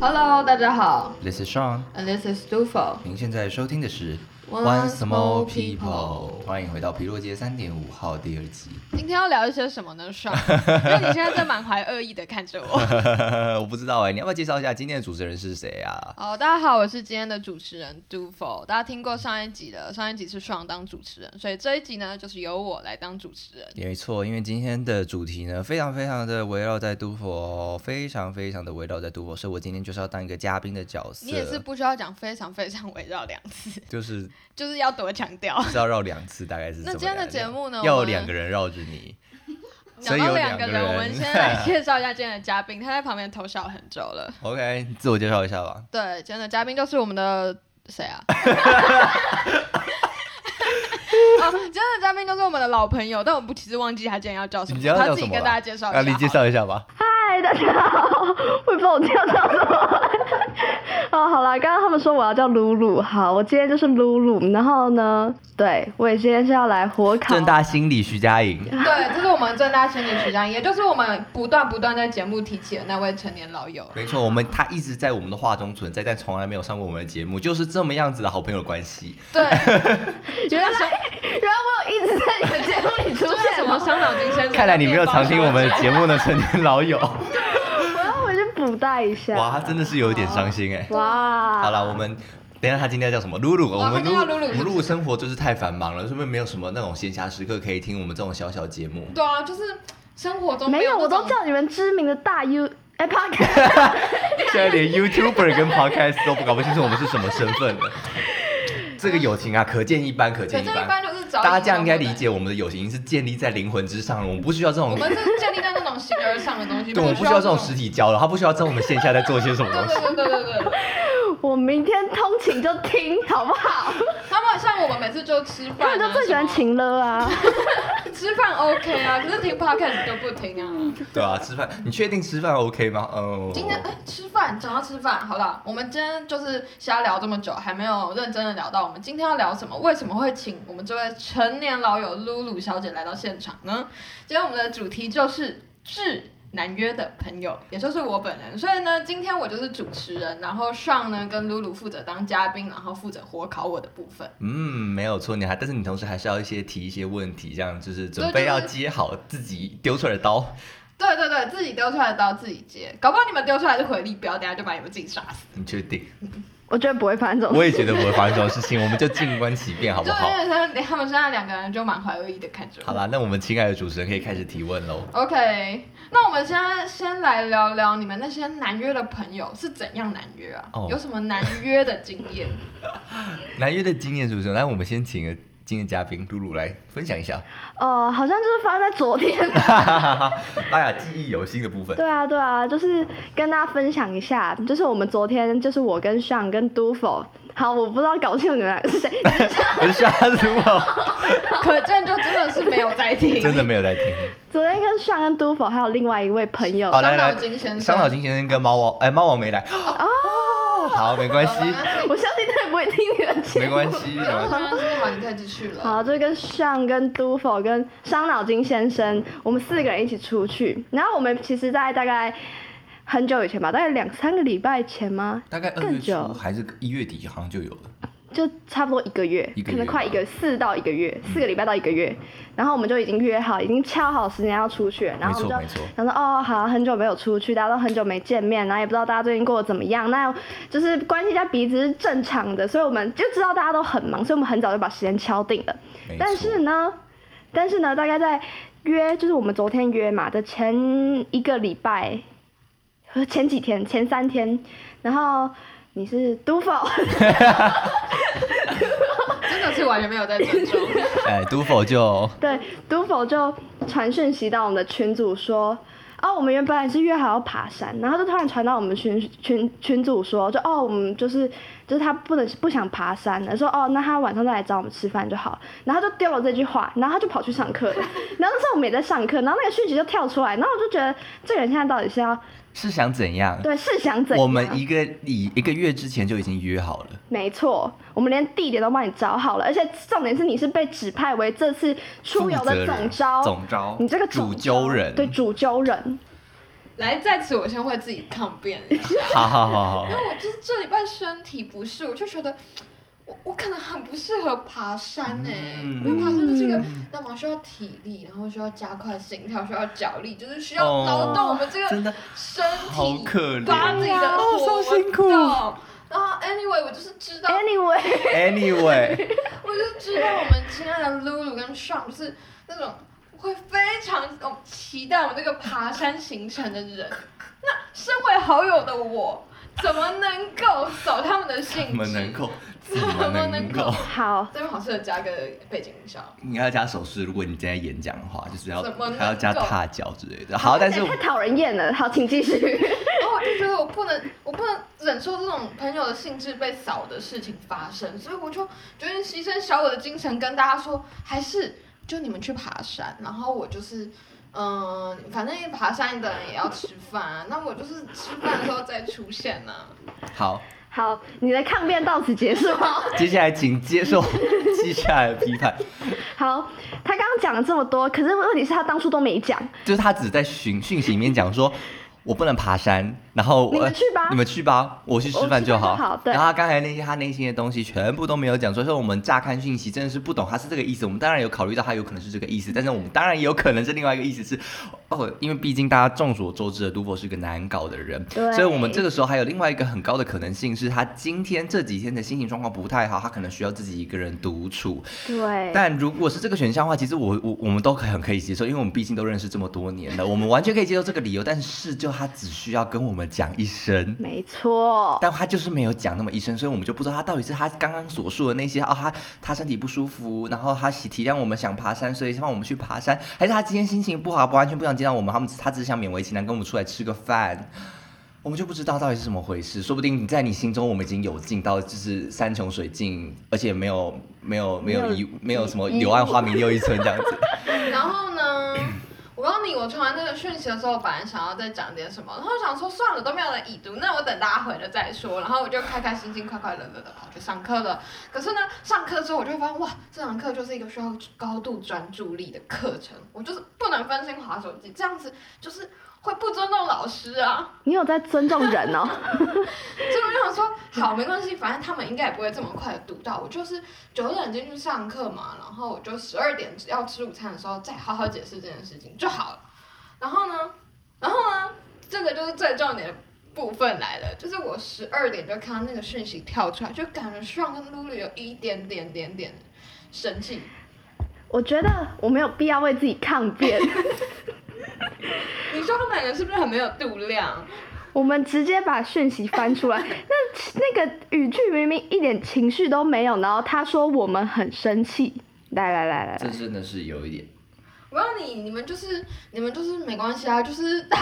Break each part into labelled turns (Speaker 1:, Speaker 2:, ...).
Speaker 1: Hello，大家好
Speaker 2: This is Sean，
Speaker 1: ，and this is Stufo。
Speaker 2: 您现在收听的是
Speaker 1: Once More People
Speaker 2: 欢迎回到皮洛街三点五号第二集。
Speaker 3: 今天要聊一些什么呢，爽？因为你现在在满怀恶意的看着 我。
Speaker 2: 我不知道哎、你要不要介绍一下今天的主持人是谁啊？
Speaker 3: 好，哦大家好，我是今天的主持人 Dufo。大家听过上一集了，上一集是爽当主持人，所以这一集呢，就是由我来当主持人。
Speaker 2: 也没错，因为今天的主题呢，非常非常的围绕在杜佛，哦非常非常的围绕在杜佛，所以我今天就是要当一个嘉宾的角色。
Speaker 3: 你也是不需要讲非常非常围绕两次，
Speaker 2: 就是
Speaker 3: 就是要多强调。
Speaker 2: 就是要绕两次，大概是
Speaker 3: 那
Speaker 2: 这么
Speaker 3: 今天的
Speaker 2: 来
Speaker 3: 节目呢，
Speaker 2: 要
Speaker 3: 我
Speaker 2: 有
Speaker 3: 们
Speaker 2: 两个人绕着你，所
Speaker 3: 讲
Speaker 2: 以有
Speaker 3: 到两个
Speaker 2: 两个人
Speaker 3: 我们先来介绍一下今天的嘉宾，他在旁边偷笑很久了。
Speaker 2: OK，自我介绍一下吧。
Speaker 3: 对，今天的嘉宾就是我们的谁啊？ 哦，今天的嘉宾就是我们的老朋友，但我不其实忘记他今天要叫什么，
Speaker 2: 你今天要
Speaker 3: 他
Speaker 2: 叫
Speaker 3: 自己
Speaker 2: 什么
Speaker 3: 跟
Speaker 2: 了
Speaker 3: 大家介绍一下。
Speaker 2: 啊，你介。绍一下吧。
Speaker 4: 嗨，大家好，我也不知道我今天要叫什么。哦， 好啦，刚刚他们说我要叫露露，好，我今天就是露露。然后呢，对我也今天是要来火烤
Speaker 2: 正大心理徐佳莹，
Speaker 3: 对，这是我们正大心理学家，也就是我们不断不断在节目提起的那位成年老友。
Speaker 2: 没错，我们他一直在我们的话中存在，但从来没有上过我们的节目，就是这么样子的好朋友关系。
Speaker 3: 对，
Speaker 4: 原来，原来我有一直在你的节目里出
Speaker 3: 这是什
Speaker 4: 现
Speaker 3: 么
Speaker 4: 哦，
Speaker 3: 伤脑筋先生？
Speaker 2: 看来你没有常听我们的节目呢，成年老友。
Speaker 4: 我要回去补带一下。
Speaker 2: 哇，他真的是有一点伤心哎。
Speaker 4: 哇，
Speaker 2: 好了，我们等一下他今天叫什么？露露，我
Speaker 3: 啊哇
Speaker 2: 们
Speaker 3: 他今天叫露露
Speaker 2: 我们露露生活就是太繁忙了，是不是没有什么那种闲暇时刻可以听我们这种小小节目？
Speaker 3: 对啊，就是生活中
Speaker 4: 没有，
Speaker 3: 有
Speaker 4: 我
Speaker 3: 那种
Speaker 4: 都叫你们知名的大 U。哎 p o d
Speaker 2: 现在连 YouTuber 跟 Podcast 都不搞不清楚我们是什么身份了。这个友情啊，可见一斑，可
Speaker 3: 对，
Speaker 2: 见一
Speaker 3: 这一
Speaker 2: 斑
Speaker 3: 般。就是找
Speaker 2: 大家这样应该理。解，我们的友情是建立在灵魂之上了，我们不需要这种
Speaker 3: 我们是建立在那种形而上的东西，
Speaker 2: 对，我们不需要这种
Speaker 3: 实
Speaker 2: 实体交流，他不需要知道我们线下在做些什么
Speaker 3: 对
Speaker 2: 东西。
Speaker 3: 对对对对对。
Speaker 4: 我明天通勤就听，好不好？
Speaker 3: 他们像我们每次就吃
Speaker 4: 他
Speaker 3: 饭、啊，
Speaker 4: 们就最喜欢
Speaker 3: 什么
Speaker 4: 情了啊。
Speaker 3: 吃饭 OK 啊，可是听 podcast 就不听啊。
Speaker 2: 对啊，吃饭，你确定吃饭 OK 吗？哦，
Speaker 3: 今天哎、吃饭讲到吃饭，好了，我们今天就是瞎聊这么久，还没有认真的聊到我们今天要聊什么，为什么会请我们这位成年老友露露小姐来到现场呢？今天我们的主题就是致难约的朋友，也就是我本人，所以呢，今天我就是主持人，然后上呢跟露露负责当嘉宾，然后负责火烤我的部分。
Speaker 2: 嗯，没有错，你还，但是你同时还是要一些提一些问题，这样就是准
Speaker 3: 对
Speaker 2: 备
Speaker 3: 就是
Speaker 2: 要接好自己丢出来的刀。
Speaker 3: 对对对，自己丢出来的刀自己接，搞不好你们丢出来是回力镖，等下就把你们自己杀死。
Speaker 2: 你 确定？
Speaker 4: 我觉得不会发生这种
Speaker 2: 我也觉得不会发生这种事情，我们就静观其变，好不
Speaker 3: 就
Speaker 2: 好？
Speaker 3: 因为他们他们现在两个人就满怀恶意的看着我。
Speaker 2: 好啦，那我们亲爱的主持人可以开始提问喽。
Speaker 3: OK，那我们现在先来聊聊你们那些难约的朋友是怎样难约啊
Speaker 2: 哦
Speaker 3: 有什么难约的经 验？
Speaker 2: 南约的经验主持人，来，我们先请个今天嘉宾露露来分享一下。
Speaker 4: 哦、好像就是发生在昨天。
Speaker 2: 哈哈哈哈，哎呀，记忆犹新的 部分。
Speaker 4: 对啊，对啊，就是跟大家分享一下，就是我们昨天，就是我跟尚跟都否，好，我不知道搞清楚你们两个是谁，
Speaker 2: 我是瞎撸哦，
Speaker 3: 可见就真的是没有在听。
Speaker 2: 真的没有在听。
Speaker 4: 昨天跟尚跟都否还有另外一位朋友，
Speaker 2: 好，来
Speaker 3: 伤
Speaker 2: 来
Speaker 3: 脑筋先，生
Speaker 2: 伤脑筋先生跟猫王，哎，猫王没 来。哦，好，没关系，
Speaker 4: 我相信他也不会听你的节
Speaker 2: 没
Speaker 4: 目。
Speaker 2: 关系，没关
Speaker 3: 好，
Speaker 2: 系。
Speaker 3: 好，你可以继续了。
Speaker 4: 好，就是跟尚、跟都否、跟伤脑筋先生，我们四个人一起出去。然后我们其实，在大概很久以前吧，大概两三个礼拜前吗？
Speaker 2: 大概二
Speaker 4: 更
Speaker 2: 月
Speaker 4: 久
Speaker 2: 初还是一月底，好像就有了。
Speaker 4: 就差不多一个月，
Speaker 2: 一个
Speaker 4: 可
Speaker 2: 月嗯
Speaker 4: 能快一个四到一个月，四个礼拜到一个月。然后我们就已经约好，已经敲好时间要出去了，然后我们
Speaker 2: 没
Speaker 4: 就
Speaker 2: 错没错
Speaker 4: 想说，哦，好，很久没有出去，大家都很久没见面，然后也不知道大家最近过得怎么样，那就是关系一下彼此是正常的，所以我们就知道大家都很忙，所以我们很早就把时间敲定了。
Speaker 2: 没
Speaker 4: 但
Speaker 2: 错
Speaker 4: 是呢，但是呢，大概在约，就是我们昨天约嘛的前一个礼拜，和前几天，前三天，然后你是都否？
Speaker 3: 真的是完全没有在尊重。
Speaker 2: 哎，都否就
Speaker 4: 对，都否就传讯息到我们的群组说，哦，我们原本来是约好要爬山，然后就突然传到我们群群群组说，就哦，我们就是就是他不能不想爬山了，说哦，那他晚上再来找我们吃饭就好，然后他就丢了这句话，然后他就跑去上课了， 然后那时候我们也在上课，然后那个讯息就跳出来，然后我就觉得这个人现在到底是要
Speaker 2: 是想怎样？
Speaker 4: 对是想怎样？
Speaker 2: 呃我们一个一一个月之前就已经约好了，
Speaker 4: 没错，我们连地点都帮你找好了，而且重点是你是被指派为这次出游
Speaker 2: 负责人
Speaker 4: 的总招，
Speaker 2: 总招，
Speaker 4: 你这个
Speaker 2: 主
Speaker 4: 揪
Speaker 2: 揪人，
Speaker 4: 对主揪人，
Speaker 3: 来，在此我先为自己抗辩一下，
Speaker 2: 好好好好
Speaker 3: 因，为我就是这礼拜身体不适，我就觉得我我可能很不适合爬山呢、
Speaker 2: 嗯
Speaker 3: 因为爬山就是一个那么需要体力，然后需要加快心跳，需要脚力，就是需要
Speaker 2: 哦
Speaker 3: 劳动我们这个
Speaker 2: 真的
Speaker 3: 身
Speaker 2: 好
Speaker 3: 体，
Speaker 2: 可
Speaker 3: 把自
Speaker 2: 怜。
Speaker 3: 己的
Speaker 2: 哦
Speaker 3: 活
Speaker 2: 好辛苦
Speaker 3: 动。然后，anyway，我就是知道
Speaker 4: Anyway，
Speaker 2: Anyway，
Speaker 3: 我就知道我们亲爱的露露跟 s h a n 是那种会非常哦期待我们这个爬山行程的人。那身为好友的我，怎么能够走他们的兴致？
Speaker 2: 怎么能？够？怎
Speaker 3: 么
Speaker 2: 么能
Speaker 3: 能
Speaker 2: 够
Speaker 3: 够？
Speaker 4: 好，
Speaker 3: 这边好适合加个背景音效。
Speaker 2: 你要加手势，如果你正在演讲的话，就是要
Speaker 3: 怎么能
Speaker 2: 还要加
Speaker 3: 够
Speaker 2: 踏脚之类的。好，但是
Speaker 4: 哎太讨人厌了。好，请继 续。
Speaker 3: 然后我哦就觉得我不能，我不能忍受这种朋友的兴致被扫的事情发生，所以我就决定牺牲小我的精神，跟大家说，还是就你们去爬山，然后我就是，嗯、反正爬山的人也要吃饭啊，那我就是吃饭的时候再出现啊呢、
Speaker 2: 好，
Speaker 4: 好，你的抗辩到此结束。
Speaker 2: 接下来请接受接下来的批判，
Speaker 4: 好，他刚刚讲了这么多，可是问题是他当初都没讲。
Speaker 2: 就是他只在讯讯息里面讲说。我不能爬山，然后我
Speaker 4: 你们去吧
Speaker 2: 你们去吧，我去吃饭就
Speaker 4: 我去吃饭就好对
Speaker 2: 然后他刚才那些他内心的东西全部都没有讲，所以说我们乍看讯息真的是不懂他是这个意思。我们当然有考虑到他有可能是这个意思，但是我们当然也有可能是另外一个意 思是，哦，因为毕竟大家众所周知的杜博是个难搞的人，
Speaker 4: 对
Speaker 2: 所以我们这个时候还有另外一个很高的可能性是他今天这几天的心情状况不太好，他可能需要自己一个人独处。
Speaker 4: 对，
Speaker 2: 但如果是这个选项的话，其实我我我们都很可以接受，因为我们毕竟都认识这么多年了，我们完全可以接受这个理由。但是就他只需要跟我们讲一声。
Speaker 4: 没错。
Speaker 2: 但他就是没有讲那么一声，所以我们就不知道他到底是他刚刚所述的那些哦，他他身体不舒服，然后他体谅我们想爬山，所以让我们去爬山，还是他今天心情不好，不完全不想见到我们，他们他只是想勉为其难跟我们出来吃个饭，我们就不知道到底是怎么回事。说不定你在你心中我们已经有尽到就是山穷水尽，而且没有没有没有
Speaker 4: 没有
Speaker 2: 一没有什么
Speaker 4: 遗
Speaker 2: 柳暗花明又一村这样子。
Speaker 3: 然后呢，我告诉你，我传完那个讯息的时候，本来想要再讲点什么，然后想说算了，都没有人已读，那我等大家回了再说。然后我就开开心心、快快乐乐的跑去上课了。可是呢，上课之后我就会发现，哇，这堂课就是一个需要高度专注力的课程，我就是不能分心划手机，这样子就是会不尊重老师啊。
Speaker 4: 你有在尊重人哦。
Speaker 3: 所以我就想说，好，没关系，反正他们应该也不会这么快的读到。我就是九点进去上课嘛，然后我就十二点要吃午餐的时候再好好解释这件事情就好了。然后呢，然后呢，这个就是最重点的部分来了，就是我十二点就看到那个讯息跳出来，就感觉上跟露露有一点点点点生气。
Speaker 4: 我觉得我没有必要为自己抗辩，
Speaker 3: 你说他们两个是不是很没有度量？
Speaker 4: 我们直接把讯息翻出来。 那那个语句明明一点情绪都没有，然后他说我们很生气。来来来来
Speaker 2: 这
Speaker 4: 来，
Speaker 2: 真的是有一点，
Speaker 3: 我告诉你，你们就是你们就是没关系啊，就是 打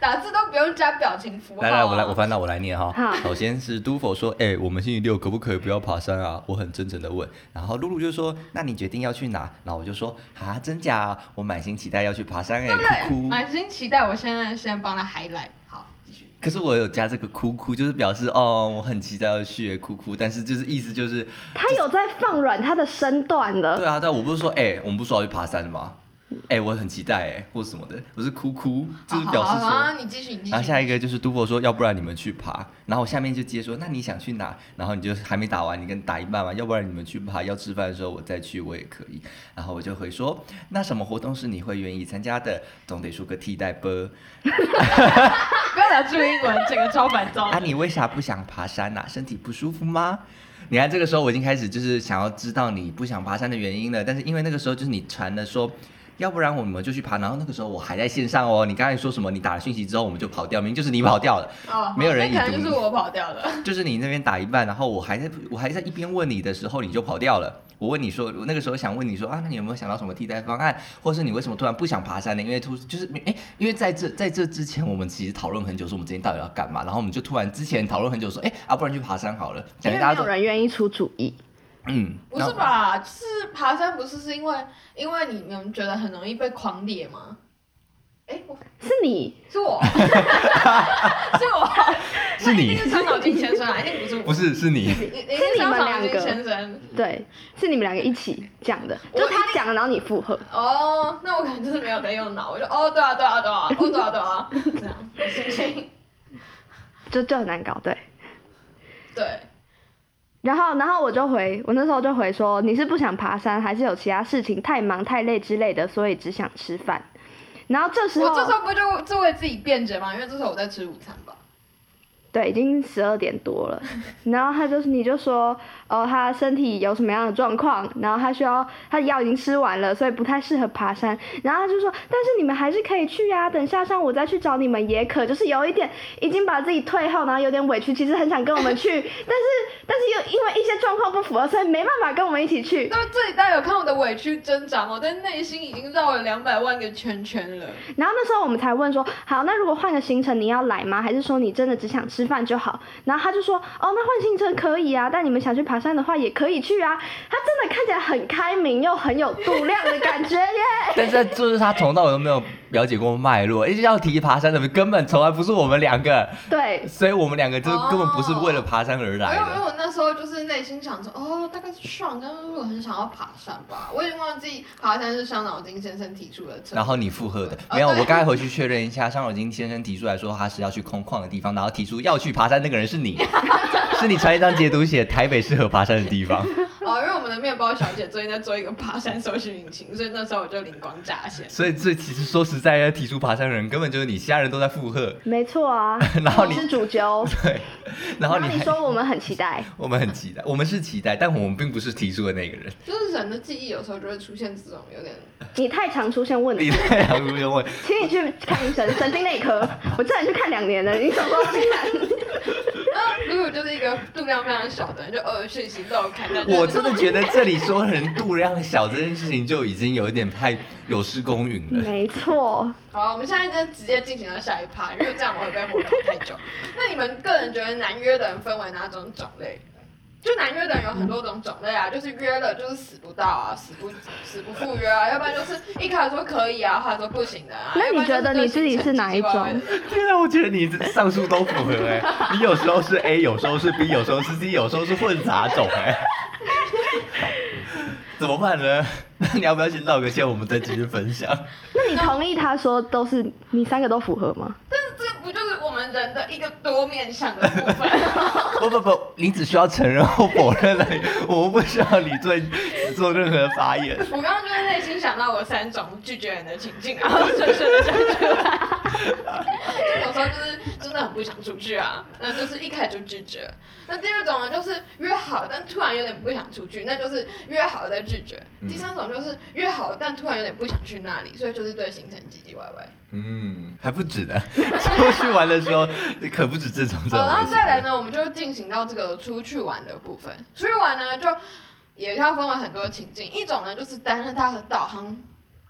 Speaker 3: 打字都不用加表情符号、啊。
Speaker 2: 来来，我来，我翻到我来念哈。
Speaker 4: 好
Speaker 2: 首先是都否说，哎、我们星期六可不可以不要爬山啊？我很真诚的问。然后露露就说，那你决定要去哪？然后我就说，啊，真假啊？我满心期待要去爬山哎、哭哭。
Speaker 3: 满心期待，我现在先帮他 highlight。好，继续。
Speaker 2: 可是我有加这个哭哭，就是表示哦，我很期待要去、哎哭哭。但是就是意思就是，
Speaker 4: 他有在放软他的身段了。
Speaker 2: 对啊，但我不是说，哎、我们不是说要去爬山的吗？哎、我很期待哎、或什么的，我是哭哭，就是表示
Speaker 3: 好
Speaker 2: 说。
Speaker 3: 哦好好啊好，你继续，你继
Speaker 2: 然后
Speaker 3: 续。
Speaker 2: 下一个就是都佛说，要不然你们去爬。然后我下面就接说，那你想去哪？然后你就还没打完，你跟打一半嘛，要不然你们去爬。要吃饭的时候我再去，我也可以。然后我就回说，那什么活动是你会愿意参加的？总得出个替代吧。
Speaker 3: 不要拿注英文，这个超烦躁
Speaker 2: 啊，你为啥不想爬山呐、身体不舒服吗？你看这个时候我已经开始就是想要知道你不想爬山的原因了，但是因为那个时候就是你传了说。要不然我们就去爬，然后那个时候我还在线上哦。你刚才说什么？你打了讯息之后我们就跑掉，明明就是你跑掉了。
Speaker 3: 哦，
Speaker 2: 没有人已读
Speaker 3: 那可能就是我跑掉了。
Speaker 2: 就是你那边打一半，然后我还在我还在一边问你的时候，你就跑掉了。我问你说，我那个时候想问你说啊，那你有没有想到什么替代方案，或是你为什么突然不想爬山呢？因为突就是哎、因为在这在这之前，我们其实讨论很久，说我们今天到底要干嘛，然后我们就突然之前讨论很久说，哎、啊，不然去爬山好了，
Speaker 4: 因
Speaker 2: 感觉
Speaker 4: 为
Speaker 2: 大家
Speaker 4: 没有
Speaker 2: 都
Speaker 4: 人愿意出主意，
Speaker 2: 嗯，
Speaker 3: 不
Speaker 2: 然
Speaker 3: 是
Speaker 2: 后
Speaker 3: 吧？就是爬山，不是是因为因为你们觉得很容易被狂猎 吗？哎，我
Speaker 4: 是你
Speaker 3: 是我，是我，
Speaker 2: 是
Speaker 3: 一
Speaker 2: 你
Speaker 3: 定，是伤脑筋先生啊，一定不是我，
Speaker 2: 不是是 你，
Speaker 3: 一定是伤脑筋先生。
Speaker 4: 对，是你们两个一起讲的，
Speaker 3: 我
Speaker 4: 就是他讲了，然后你附和。
Speaker 3: 哦，那我可能就是没有在用脑，我就哦，对啊，对啊，对啊，哦，对啊，对啊，这 样，行行，
Speaker 4: 就就很难搞，对。
Speaker 3: 对，
Speaker 4: 然后，然后我就回，我那时候就回说，你是不想爬山，还是有其他事情太忙太累之类的，所以只想吃饭。然后这时候，
Speaker 3: 我这时候不就就为自己辩解嘛，因为这时候我在吃午餐吧。
Speaker 4: 对，已经十二点多了。然后他就是，你就说，哦，他身体有什么样的状况，然后他需要，他的药已经吃完了，所以不太适合爬山。然后他就说，但是你们还是可以去呀、等下山我再去找你们也可。就是有一点已经把自己退后，然后有点委屈，其实很想跟我们去，但 是但是又因为一些状况不符合，所以没办法跟我们一起去。
Speaker 3: 那这里大家有看我的委屈挣扎吗？我在内心已经绕了两百万个圈圈了。
Speaker 4: 然后那时候我们才问说，好，那如果换个行程你要来吗？还是说你真的只想吃饭就好？然后他就说，哦，那换行程可以啊，但你们想去爬山的话也可以去啊。他真的看起来很开明又很有度量的感 觉耶。
Speaker 2: 但是就是他从到尾都没有了解过脉络，一直要提爬山的，根本从来不是我们两个，
Speaker 4: 对，
Speaker 2: 所以我们两个就
Speaker 3: 哦
Speaker 2: 根本不是为了爬山而来
Speaker 3: 因为因为
Speaker 2: 的。
Speaker 3: 我那时候就是内心想着，哦，大概是上，但是我很想要爬山吧。我已经忘记爬山是伤脑筋先生提出的策略。
Speaker 2: 然后你附和的
Speaker 3: 哦
Speaker 2: 没有，
Speaker 3: 对
Speaker 2: 我刚才回去确认一下，伤脑筋先生提出来说他是要去空旷的地方，然后提出要去爬山那个人是你，是你传一张截图写台北适合爬山的地方。
Speaker 3: 哦，因为我们的面包小姐最近在做一个爬山搜寻引擎，所以那时候我就灵光乍现。
Speaker 2: 所以这其实说实在的，提出爬山的人根本就是你，其他人都在附和，
Speaker 4: 没错啊。
Speaker 2: 然后你
Speaker 4: 是主角，
Speaker 2: 对， 然后你
Speaker 4: 你
Speaker 2: 还
Speaker 4: 说我们很期待，
Speaker 2: 我们很期待，我们是期待，但我们并不是提出的那个人。
Speaker 3: 就是人的记忆有时候就会出现这种有点，
Speaker 4: 你太常出现问
Speaker 2: 你
Speaker 4: 题，
Speaker 2: 在杨如问，
Speaker 4: 请你去看医生，神经内科。我真的去看两年了，你什么时候去看？
Speaker 3: 那啊如果就是一个度量非常小的人，就偶尔讯息都有看，但
Speaker 2: 我真的觉得这里说人度量小这件事情就已经有一点太有失公允了。
Speaker 4: 没错，
Speaker 3: 好，我们现在就直接进行到下一趴，因为这样我会被我拖太 久。那你们个人觉得难约的人分为哪种种类？就难约的人有很多种种类啊，就是约了就是死不到啊，死不死不赴约啊，要不然就是一开始说可以啊，后来说不行的啊。
Speaker 4: 那你
Speaker 3: 要不然就是
Speaker 4: 觉得你自己是哪一种
Speaker 3: 对行程奇奇怪怪的
Speaker 2: 天啊，我觉得你上述都符合哎、 你有时候是 A，有时候是 B，有时候是 C，有时候是 混杂种哎、 怎么办呢？ 那你要不要先道个歉，我们再继续分享？
Speaker 4: 那你同意他说都是你三个都符合吗？
Speaker 3: 但是这不就是我们人的一个多面向的部分吗？
Speaker 2: 不不不，你只需要承认或否认而已， 我们不需要你做做任何发言。
Speaker 3: 我刚刚就是内心想到我三种拒绝人的情境，然后 顺顺的讲出来。就有时候就是真的很不想出去啊，那就是一开始就拒绝。那第二种呢，就是约好但突然有点不想出去，那就是约好了再拒绝。第三种就是约好了但突然有点不想去那里，所以就是对行程唧唧歪歪。
Speaker 2: 嗯，还不止呢， 出去玩的时候可不止这种这
Speaker 3: 好，
Speaker 2: 种
Speaker 3: 然
Speaker 2: 东
Speaker 3: 后
Speaker 2: 西。
Speaker 3: 再来呢，我们就进行到这个出去玩的部分。出去玩呢，就也要分为很多情境，一种呢就是担任他和导航。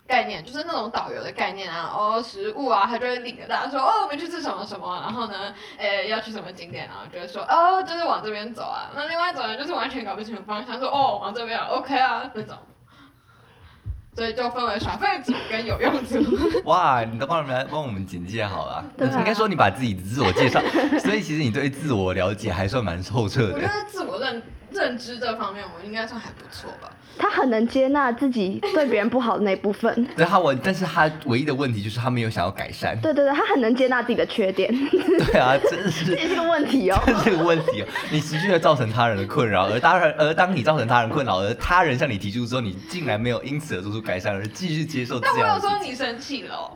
Speaker 3: 概念就是那种导游的概念啊，哦，食物啊，他就会领着大家说，哦，我们去吃什么什么，然后呢，诶，要去什么景点，然后就会说，哦，就是往这边走啊。那另外一种呢，就是完全搞不清楚方向，说，哦，往这边啊，OK 啊那种。所以就分为耍废组跟有用组。
Speaker 2: 哇，你都帮我们帮我们简介好了，
Speaker 4: 对啊
Speaker 2: 应该说你把自己的自我介绍，所以其实你对自我了解还算蛮透彻
Speaker 3: 我觉
Speaker 2: 的。
Speaker 3: 得自我认认知这方面，我应该算还不错吧。
Speaker 4: 他很能接纳自己对别人不好的那部分。
Speaker 2: 对他我，但是他唯一的问题就是他没有想要改善。
Speaker 4: 对对对，他很能接纳自己的缺点，
Speaker 2: 对啊，真的是
Speaker 4: 这也是个 问题哦。
Speaker 2: 这是个问题哦，你持续的造成他人的困扰，而当然，而当你造成他人困扰，而他人向你提出之后，你竟然没有因此而做出改善，而继续接受这
Speaker 3: 但我
Speaker 2: 样
Speaker 3: 有
Speaker 2: 的事
Speaker 3: 说
Speaker 2: 情，
Speaker 3: 你生气了哦、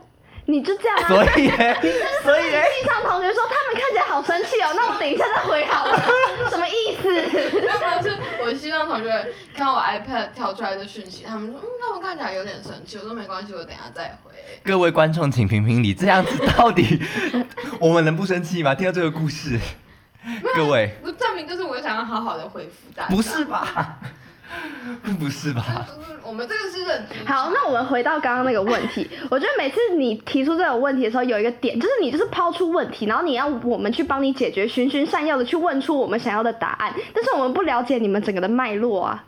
Speaker 4: 你就这样啊？
Speaker 2: 所以，所以，
Speaker 4: 系上同学说他们看起来好生气哦，那我等一下再回好了， 什么意思？
Speaker 3: 要不然是我西藏同学看我 iPad 跳出来的讯息，他们说，嗯，他们看起来有点生气。我说没关系，我等一下再回。
Speaker 2: 各位观众，请评评理，这样子到底我们能不生气吗？听到这个故事，各位，
Speaker 3: 不证明就是我想要好好的回复大家。
Speaker 2: 不是吧？不是吧？
Speaker 3: 就是我们这个是认知。
Speaker 4: 好，那我们回到刚刚那个问题，我觉得每次你提出这个问题的时候，有一个点就是你就是抛出问题，然后你要我们去帮你解决，循循善诱的去问出我们想要的答案，但是我们不了解你们整个的脉络啊。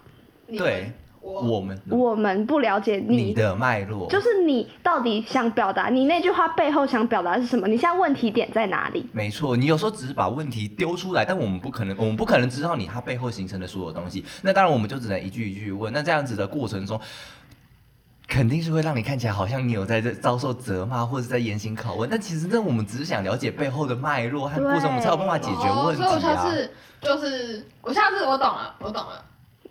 Speaker 3: 你
Speaker 2: 对，我们的
Speaker 4: 我们不了解
Speaker 2: 你的脉络，
Speaker 4: 就是你到底想表达，你那句话背后想表达的是什么？你现在问题点在哪里？
Speaker 2: 没错，你有时候只是把问题丢出来，但我们不可能，我们不可能知道你它背后形成的所有东西。那当然，我们就只能一句一句问。那这样子的过程中，肯定是会让你看起来好像你有在这遭受责骂或者在严刑拷问，但其实那我们只是想了解背后的脉络
Speaker 4: 啊
Speaker 2: 和过程，我们才有办法解决
Speaker 3: 哦，
Speaker 2: 问题
Speaker 3: 所以我下
Speaker 2: 啊。
Speaker 3: 次就是，我下次我懂了，我懂了，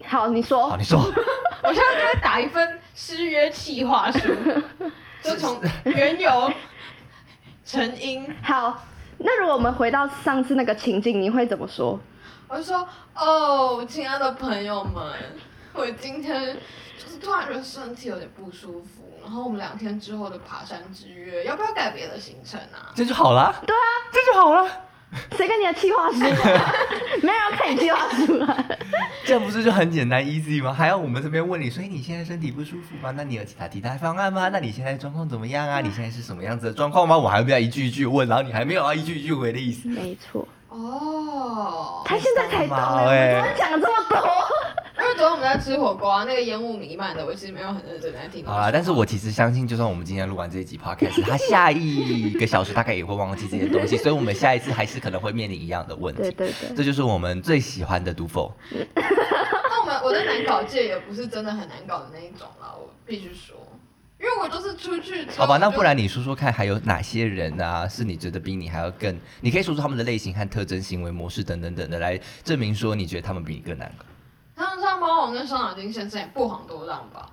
Speaker 4: 好，你说
Speaker 2: 好，你说，
Speaker 3: 我下次就会打一份失约企划 书，就从缘由、成因，
Speaker 4: 好。那如果我们回到上次那个情境，你会怎么说？
Speaker 3: 我就说哦，亲爱的朋友们，我今天就是突然觉得身体有点不舒服，然后我们两天之后的爬山之约，要不要改别的行程啊？
Speaker 2: 这就好啦，
Speaker 4: 对啊，
Speaker 2: 这就好啦，
Speaker 4: 谁跟你的计划 书啊？没人要看你计划书啊。
Speaker 2: 这不是就很简单 easy 吗？还要我们这边问你，所以你现在身体不舒服吗？那你有其他替代方案吗？那你现在状况怎么
Speaker 4: 嗯
Speaker 2: 样啊？你现在是什么样子的状况吗？我还不要一句一句问，然后你还没有要一句一句回的意思。
Speaker 4: 没错，
Speaker 3: 哦，
Speaker 4: 他现在才懂
Speaker 2: 妈
Speaker 4: 哎、
Speaker 2: 哎
Speaker 4: 我们怎么讲这么多？
Speaker 3: 因为昨天我们在吃火锅啊，那个烟雾弥漫的，我其实没有很认真在听。
Speaker 2: 好啦，但是我其实相信，就算我们今天录完这一集 podcast，他下一个小时大概也会忘记这些东西，所以我们下一次还是可能会面临一样的问题。
Speaker 4: 对对对，嗯
Speaker 2: 这就是我们最喜欢的读否。
Speaker 3: 那我们我的难搞界也不是真的很难搞的那一种啦，我必须说，因为我就是出去。
Speaker 2: 好吧，那不
Speaker 3: 然。
Speaker 2: 然你说说看，还有哪些人啊，是你觉得比你还要更？你可以说出他们的类型和特征、行为模式等等等的，来证明说你觉得他们比你更难搞。
Speaker 3: 像像猫王跟伤脑筋先生也不遑多让吧？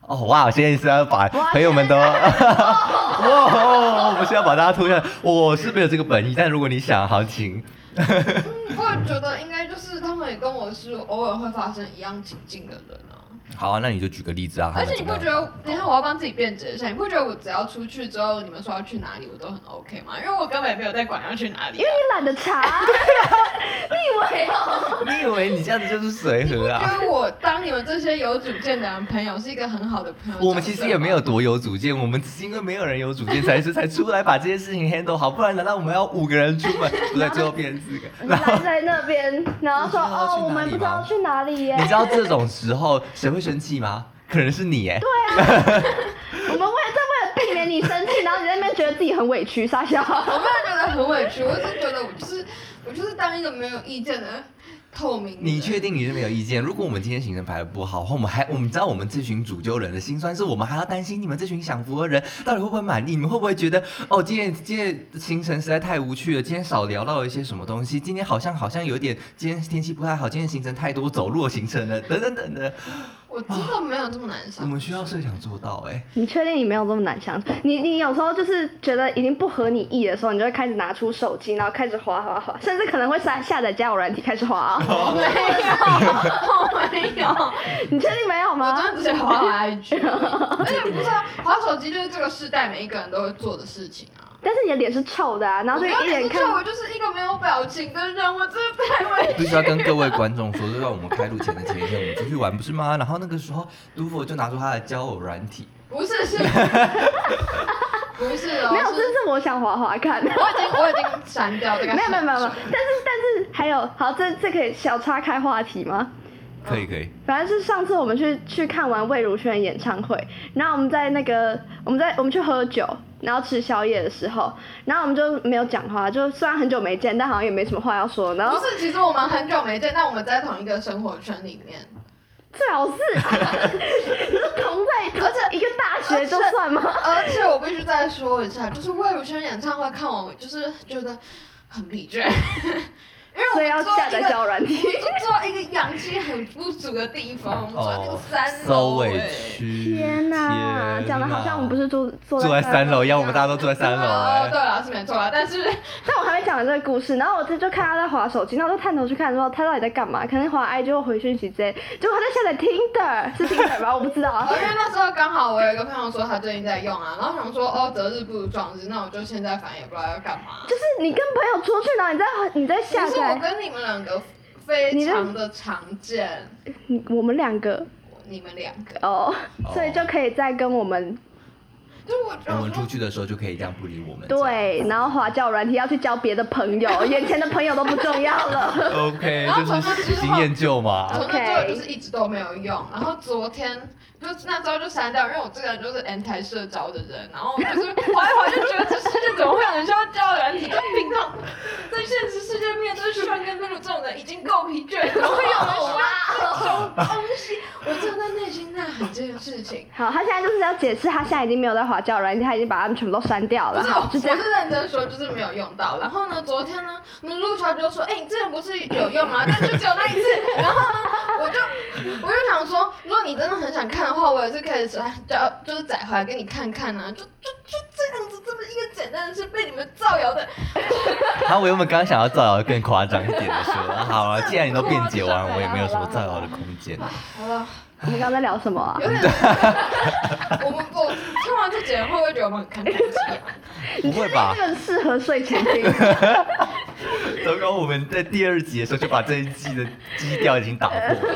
Speaker 2: 哦，哇！我现在是要把
Speaker 4: 哇
Speaker 2: 朋友们都， 哇！我不是要把大家拖下来，我是没有这个本意。但如果你想，好，请
Speaker 3: 嗯，我也觉得应该就是他们也跟我是偶尔会发生一样情境的人啊。
Speaker 2: 好啊，那你就举个例子啊。他
Speaker 3: 而
Speaker 2: 们
Speaker 3: 且你
Speaker 2: 怎
Speaker 3: 不
Speaker 2: 么
Speaker 3: 觉
Speaker 2: 样
Speaker 3: 得？等一下我要帮自己辩解一下，你不觉得我只要出去之后，你们说要去哪里，我都很 OK 吗？因为我根本也没有在管要去哪里、
Speaker 4: 因为
Speaker 3: 啊。
Speaker 4: 你懒得查、
Speaker 2: 哎
Speaker 4: 你以为 哦？
Speaker 2: 你以为你这样子就是随和啊？
Speaker 3: 因为我当你们这些有主见的人朋友是一个很好的朋友角色吗。
Speaker 2: 我们其实也没有多有主见，我们只是因为没有人有主见，才是才出来把这些事情 handle 好，不然难道我们要五个人出门，不对，最后变成四个？
Speaker 4: 你懒在那边，然后说
Speaker 2: 你知道要去
Speaker 4: 哦，我
Speaker 2: 哪
Speaker 4: 们
Speaker 2: 里
Speaker 4: 不知道
Speaker 2: 吗
Speaker 4: 去哪里耶
Speaker 2: 你。知道这种时候谁会生气吗？可能是你哎，
Speaker 4: 我们为了这为了避免你生气，然后你在那边觉得自己很委屈，傻笑。
Speaker 3: 我没有觉得很委屈，我只是觉得我就是我就是当一个没有意见的透明人。
Speaker 2: 你确定你是没有意见？如果我们今天行程排的不好，我们还我们知道我们这群主揪人的心酸，是我们还要担心你们这群享福的人到底会不会满意？你们会不会觉得哦，今天今天行程实在太无趣了，今天少聊到一些什么东西，今天好像好像有点，今天天气不太好，今天行程太多走路的行程了，等等等等，
Speaker 3: 我真的没有这么难
Speaker 2: 我
Speaker 3: 想。
Speaker 2: 们需要设想做到哎、
Speaker 4: 你确定你没有这么难相处？你你有时候就是觉得已经不合你意的时候，你就会开始拿出手机，然后开始滑滑滑，甚至可能会下下载交友软体开始滑、
Speaker 3: 我
Speaker 4: 哦
Speaker 3: 没有，我没有，
Speaker 4: 你确定没有
Speaker 3: 我啊
Speaker 4: 吗？
Speaker 3: 真的只是滑滑 IG，而 且不知道滑手机就是这个时代每一个人都会做的事情啊。
Speaker 4: 但是你的脸是臭的啊，然后
Speaker 3: 我
Speaker 4: 就一
Speaker 3: 有
Speaker 4: 脸
Speaker 3: 点
Speaker 4: 看
Speaker 3: 就我就是一个没有表情的人，我真的太委
Speaker 2: 必须要跟各位观众说，就在我们开录前的前一天，我们出去玩不是吗？然后那个时候，杜甫就拿出他的交友软体，
Speaker 3: 不是 是，不是哦，
Speaker 4: 没有，
Speaker 3: 是
Speaker 4: 真是我想滑滑看。
Speaker 3: 我已经我已经删掉这个，
Speaker 4: 没有没有没有没有，但是但是还有好，这这可以小岔开话题吗？
Speaker 2: 可以可以，
Speaker 4: 反正是上次我们去去看完魏如萱的演唱会，然后我们在那个我们在我们去喝酒，然后吃宵夜的时候，然后我们就没有讲话，就虽然很久没见，但好像也没什么话要说。然后
Speaker 3: 不是，其实我们很久没见，但我们在同一个生活圈里面，
Speaker 4: 最好是， 你说同在而且一个大学就算吗？
Speaker 3: 而且我必须再说一下，就是魏如萱演唱会看完，我就是觉得很疲 倦，因为我
Speaker 4: 所以
Speaker 3: 们
Speaker 4: 要
Speaker 3: 坐
Speaker 4: 下
Speaker 3: 一
Speaker 4: 载
Speaker 3: 个
Speaker 4: 交友软体。
Speaker 3: 我们坐一个氧气很不足的地方，我们
Speaker 2: 哦
Speaker 3: 坐那个三
Speaker 2: so
Speaker 3: 楼、
Speaker 2: 委
Speaker 3: 哎
Speaker 2: 屈，
Speaker 4: 天哪，讲的好像我们不
Speaker 2: 是
Speaker 4: 是住坐
Speaker 2: 住在三楼，
Speaker 4: 一
Speaker 2: 要
Speaker 4: 样啊
Speaker 2: 我们大家都住在三楼
Speaker 3: 哦，
Speaker 2: 哎、
Speaker 3: 对了，是没错啦，但是
Speaker 4: 但我还没讲完这个故事，然后我这就看他在划手机，然后我就探头去看说他到底在干嘛，可能划 IG 或回讯息之类，结果他在下载 Tinder，是 Tinder 吧？我不 知道啊。
Speaker 3: 哦因为那时候刚好我有一个朋友说他最近在用啊，然后想说哦择日不如撞日，那我就现在反正也不知道要干嘛。
Speaker 4: 就是你跟朋友出去，然后你在你在下
Speaker 3: 可是我
Speaker 4: 载，
Speaker 3: 跟你们两个非常的常见，
Speaker 4: 你我们两个
Speaker 3: 你们两个
Speaker 4: 哦
Speaker 2: 哦，
Speaker 4: 所以就可以再跟我们
Speaker 3: 所以我就
Speaker 2: 我们
Speaker 3: 想
Speaker 2: 出
Speaker 3: 说，
Speaker 2: 去的时候就可以这样不理我们。
Speaker 4: 对，然后滑教软体要去交别的朋 友，眼前的朋友都不重要了。
Speaker 2: 这样，OK，
Speaker 3: 然后从
Speaker 2: 就
Speaker 3: 那
Speaker 2: 是
Speaker 3: 之
Speaker 2: 喜
Speaker 3: 后
Speaker 2: 新厌旧嘛。
Speaker 3: 从那之后就是一直都没有用。然后昨天就是那之后就删掉，因为我这个人就是 anti 社交的人，然后就是滑一滑就觉得这世界怎么会有人需要交友软体？就平常在现实世界面对炫跟露露这种人已经够疲倦了，怎么会有人需要这种东西？我真的在内心呐喊这件事情。
Speaker 4: 好，他现在就是要解释，他现在已经没有在滑教软体，他已经把他们全部都删掉了。
Speaker 3: 不是，
Speaker 4: 好，
Speaker 3: 我
Speaker 4: 就这样
Speaker 3: 是。认真说，就是没有用到。然后呢，昨天呢，那陆桥就说：“哎、你之前不是有用吗？但就只有那一次。”然后呢，我就我就想说，如果你真的很想看的话，我也是可以载，就就是载回来给你看看呢、就就就这样子，这么一个简单的事被你们造谣的，
Speaker 2: 然后我原本刚刚想要造谣更夸张一点的说，好了，既然你都辩解完，我也没有什么造谣的空 间。
Speaker 3: 好了，
Speaker 4: 我们刚刚在聊什么啊？
Speaker 3: 有点。 我们我听完这节目会不会觉得我们很看不起啊？
Speaker 2: 不会吧？
Speaker 4: 这个适合睡前听。
Speaker 2: 糟糕，我们在第二集的时候就把这一季的基调已经打 破了。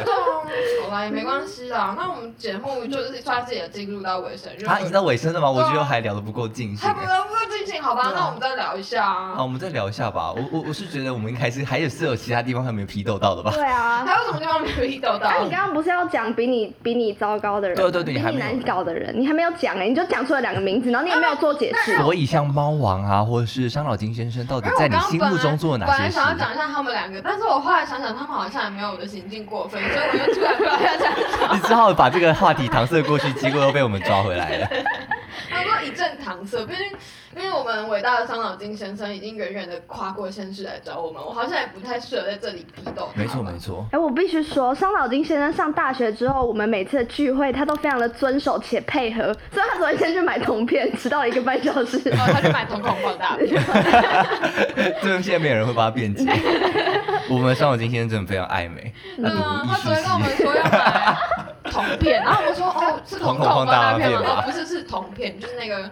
Speaker 3: 好啦，也没关系啦。那我们节目就是算是也进入到尾声，就是
Speaker 2: 啊，已经到尾声了吗？我觉得还聊得不够尽兴
Speaker 3: 还不
Speaker 2: 欸。
Speaker 3: 能不能进行，好吧？那我们再聊一下
Speaker 2: 好，
Speaker 3: 啊。
Speaker 2: 我们再聊一下吧。我我我是觉得我们还是还有是有其他地方还没有批斗到的吧。
Speaker 4: 对啊。
Speaker 3: 还有什么地方没有遇到到？
Speaker 4: 那你刚刚不是要讲比你比你糟糕的人吗，
Speaker 2: 对对对你还
Speaker 4: 比你
Speaker 2: 没有
Speaker 4: 难搞的人，你还没有讲哎、你就讲出了两个名字，然后你也没有做解释。
Speaker 2: 所以像猫王 啊，或者是伤脑筋先生，到底在你心目中做了哪
Speaker 3: 本
Speaker 2: 些
Speaker 3: 来
Speaker 2: 事
Speaker 3: 想？要讲一下他们两个，但是我后来想想，他们好像也没有我的行径过分，所以我就突然不知道要讲什么。
Speaker 2: 你只好把这个话题搪塞过去，结果又被我们抓回 来了。
Speaker 3: 他说一阵搪塞，毕竟因为我们伟大的伤脑筋先生已经远远的跨过现实来找我们，我好像也不太适合在这里批斗。
Speaker 2: 没错没错，
Speaker 4: 哎、我必须说，伤脑筋先生上大学之后，我们每次的聚会他都非常的遵守且配合。所以他昨天先去买铜片，迟到了一个半小 时。
Speaker 3: 然哦后他去买瞳孔放大片。
Speaker 2: 这边现在没有人会帮他辩解。我们伤脑筋先生真的非常爱美，他
Speaker 3: 对啊，他
Speaker 2: 读
Speaker 3: 昨
Speaker 2: 艺
Speaker 3: 天跟我
Speaker 2: 术
Speaker 3: 们
Speaker 2: 系。
Speaker 3: 说要买铜片，然后我说哦是
Speaker 2: 瞳
Speaker 3: 瞳
Speaker 2: 孔
Speaker 3: 孔放
Speaker 2: 放大
Speaker 3: 大
Speaker 2: 片
Speaker 3: 片
Speaker 2: 吗
Speaker 3: 吗？哦不是，是铜片，就是那个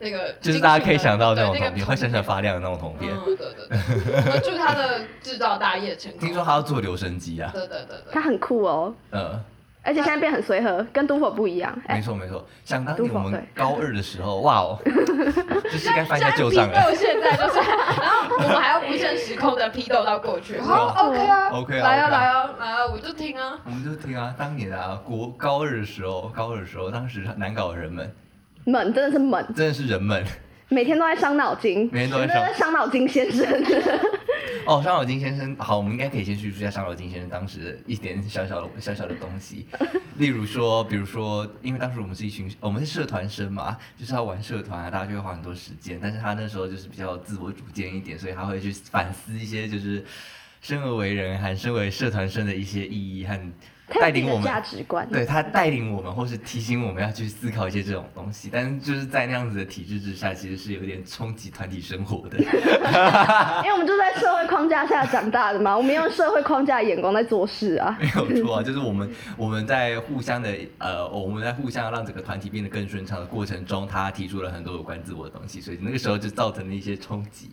Speaker 3: 那个金属的，
Speaker 2: 就是大家可以想到那种
Speaker 3: 对
Speaker 2: 铜片，会闪闪。发亮的那种铜
Speaker 3: 那
Speaker 2: 片
Speaker 3: 个。嗯，对对对，我们祝他的制造大业成功。
Speaker 2: 听说他要做留声机啊，
Speaker 3: 对对对对
Speaker 4: 他，很酷哦，
Speaker 2: 呃，
Speaker 4: 而且现在变很随和，跟都佛不一样。哎、
Speaker 2: 没错没错。想当
Speaker 4: 都
Speaker 2: 年我
Speaker 4: 宝
Speaker 2: 们
Speaker 4: 贝
Speaker 2: 高二的时候，哇哦，就是该翻一下旧账
Speaker 3: 批
Speaker 2: 了。
Speaker 3: 斗现在就是，然后我们还要无限时空的批斗到过去。好，OK 啊
Speaker 2: OK 啊
Speaker 3: 来啊
Speaker 2: OK 啊
Speaker 3: 来啊来啊，我就听啊。
Speaker 2: 我们就听啊，当年啊，国高二的时候，高二的时候，当时难搞的人们，
Speaker 4: 猛真的是猛，
Speaker 2: 真的是人们，
Speaker 4: 每天都在伤脑筋，
Speaker 2: 每天都在伤
Speaker 4: 真的是伤脑筋 先生。
Speaker 2: 哦，伤脑筋先生，好，我们应该可以先叙述一下伤脑筋先生当时的一点小小的小小的东西，例如说，比如说，因为当时我们是一群，我们是社团生嘛，就是要玩社团啊，大家就会花很多时间，但是他那时候就是比较自我主见一点，所以他会去反思一些就是生而为人和身为社团生的一些意义和
Speaker 4: 他
Speaker 2: 带
Speaker 4: 有自己
Speaker 2: 领我
Speaker 4: 的
Speaker 2: 们
Speaker 4: 价值观。
Speaker 2: 对他带领我们，或是提醒我们要去思考一些这种东西，但是就是在那样子的体制之下，其实是有点冲击团体生活的。
Speaker 4: 因为我们就在社会框架下长大的嘛，我们用社会框架的眼光在做事啊。
Speaker 2: 没有错啊，就是我们我们在互相的呃，我们在互相让整个团体变得更顺畅的过程中，他提出了很多有关自我的东西，所以那个时候就造成了一些冲击。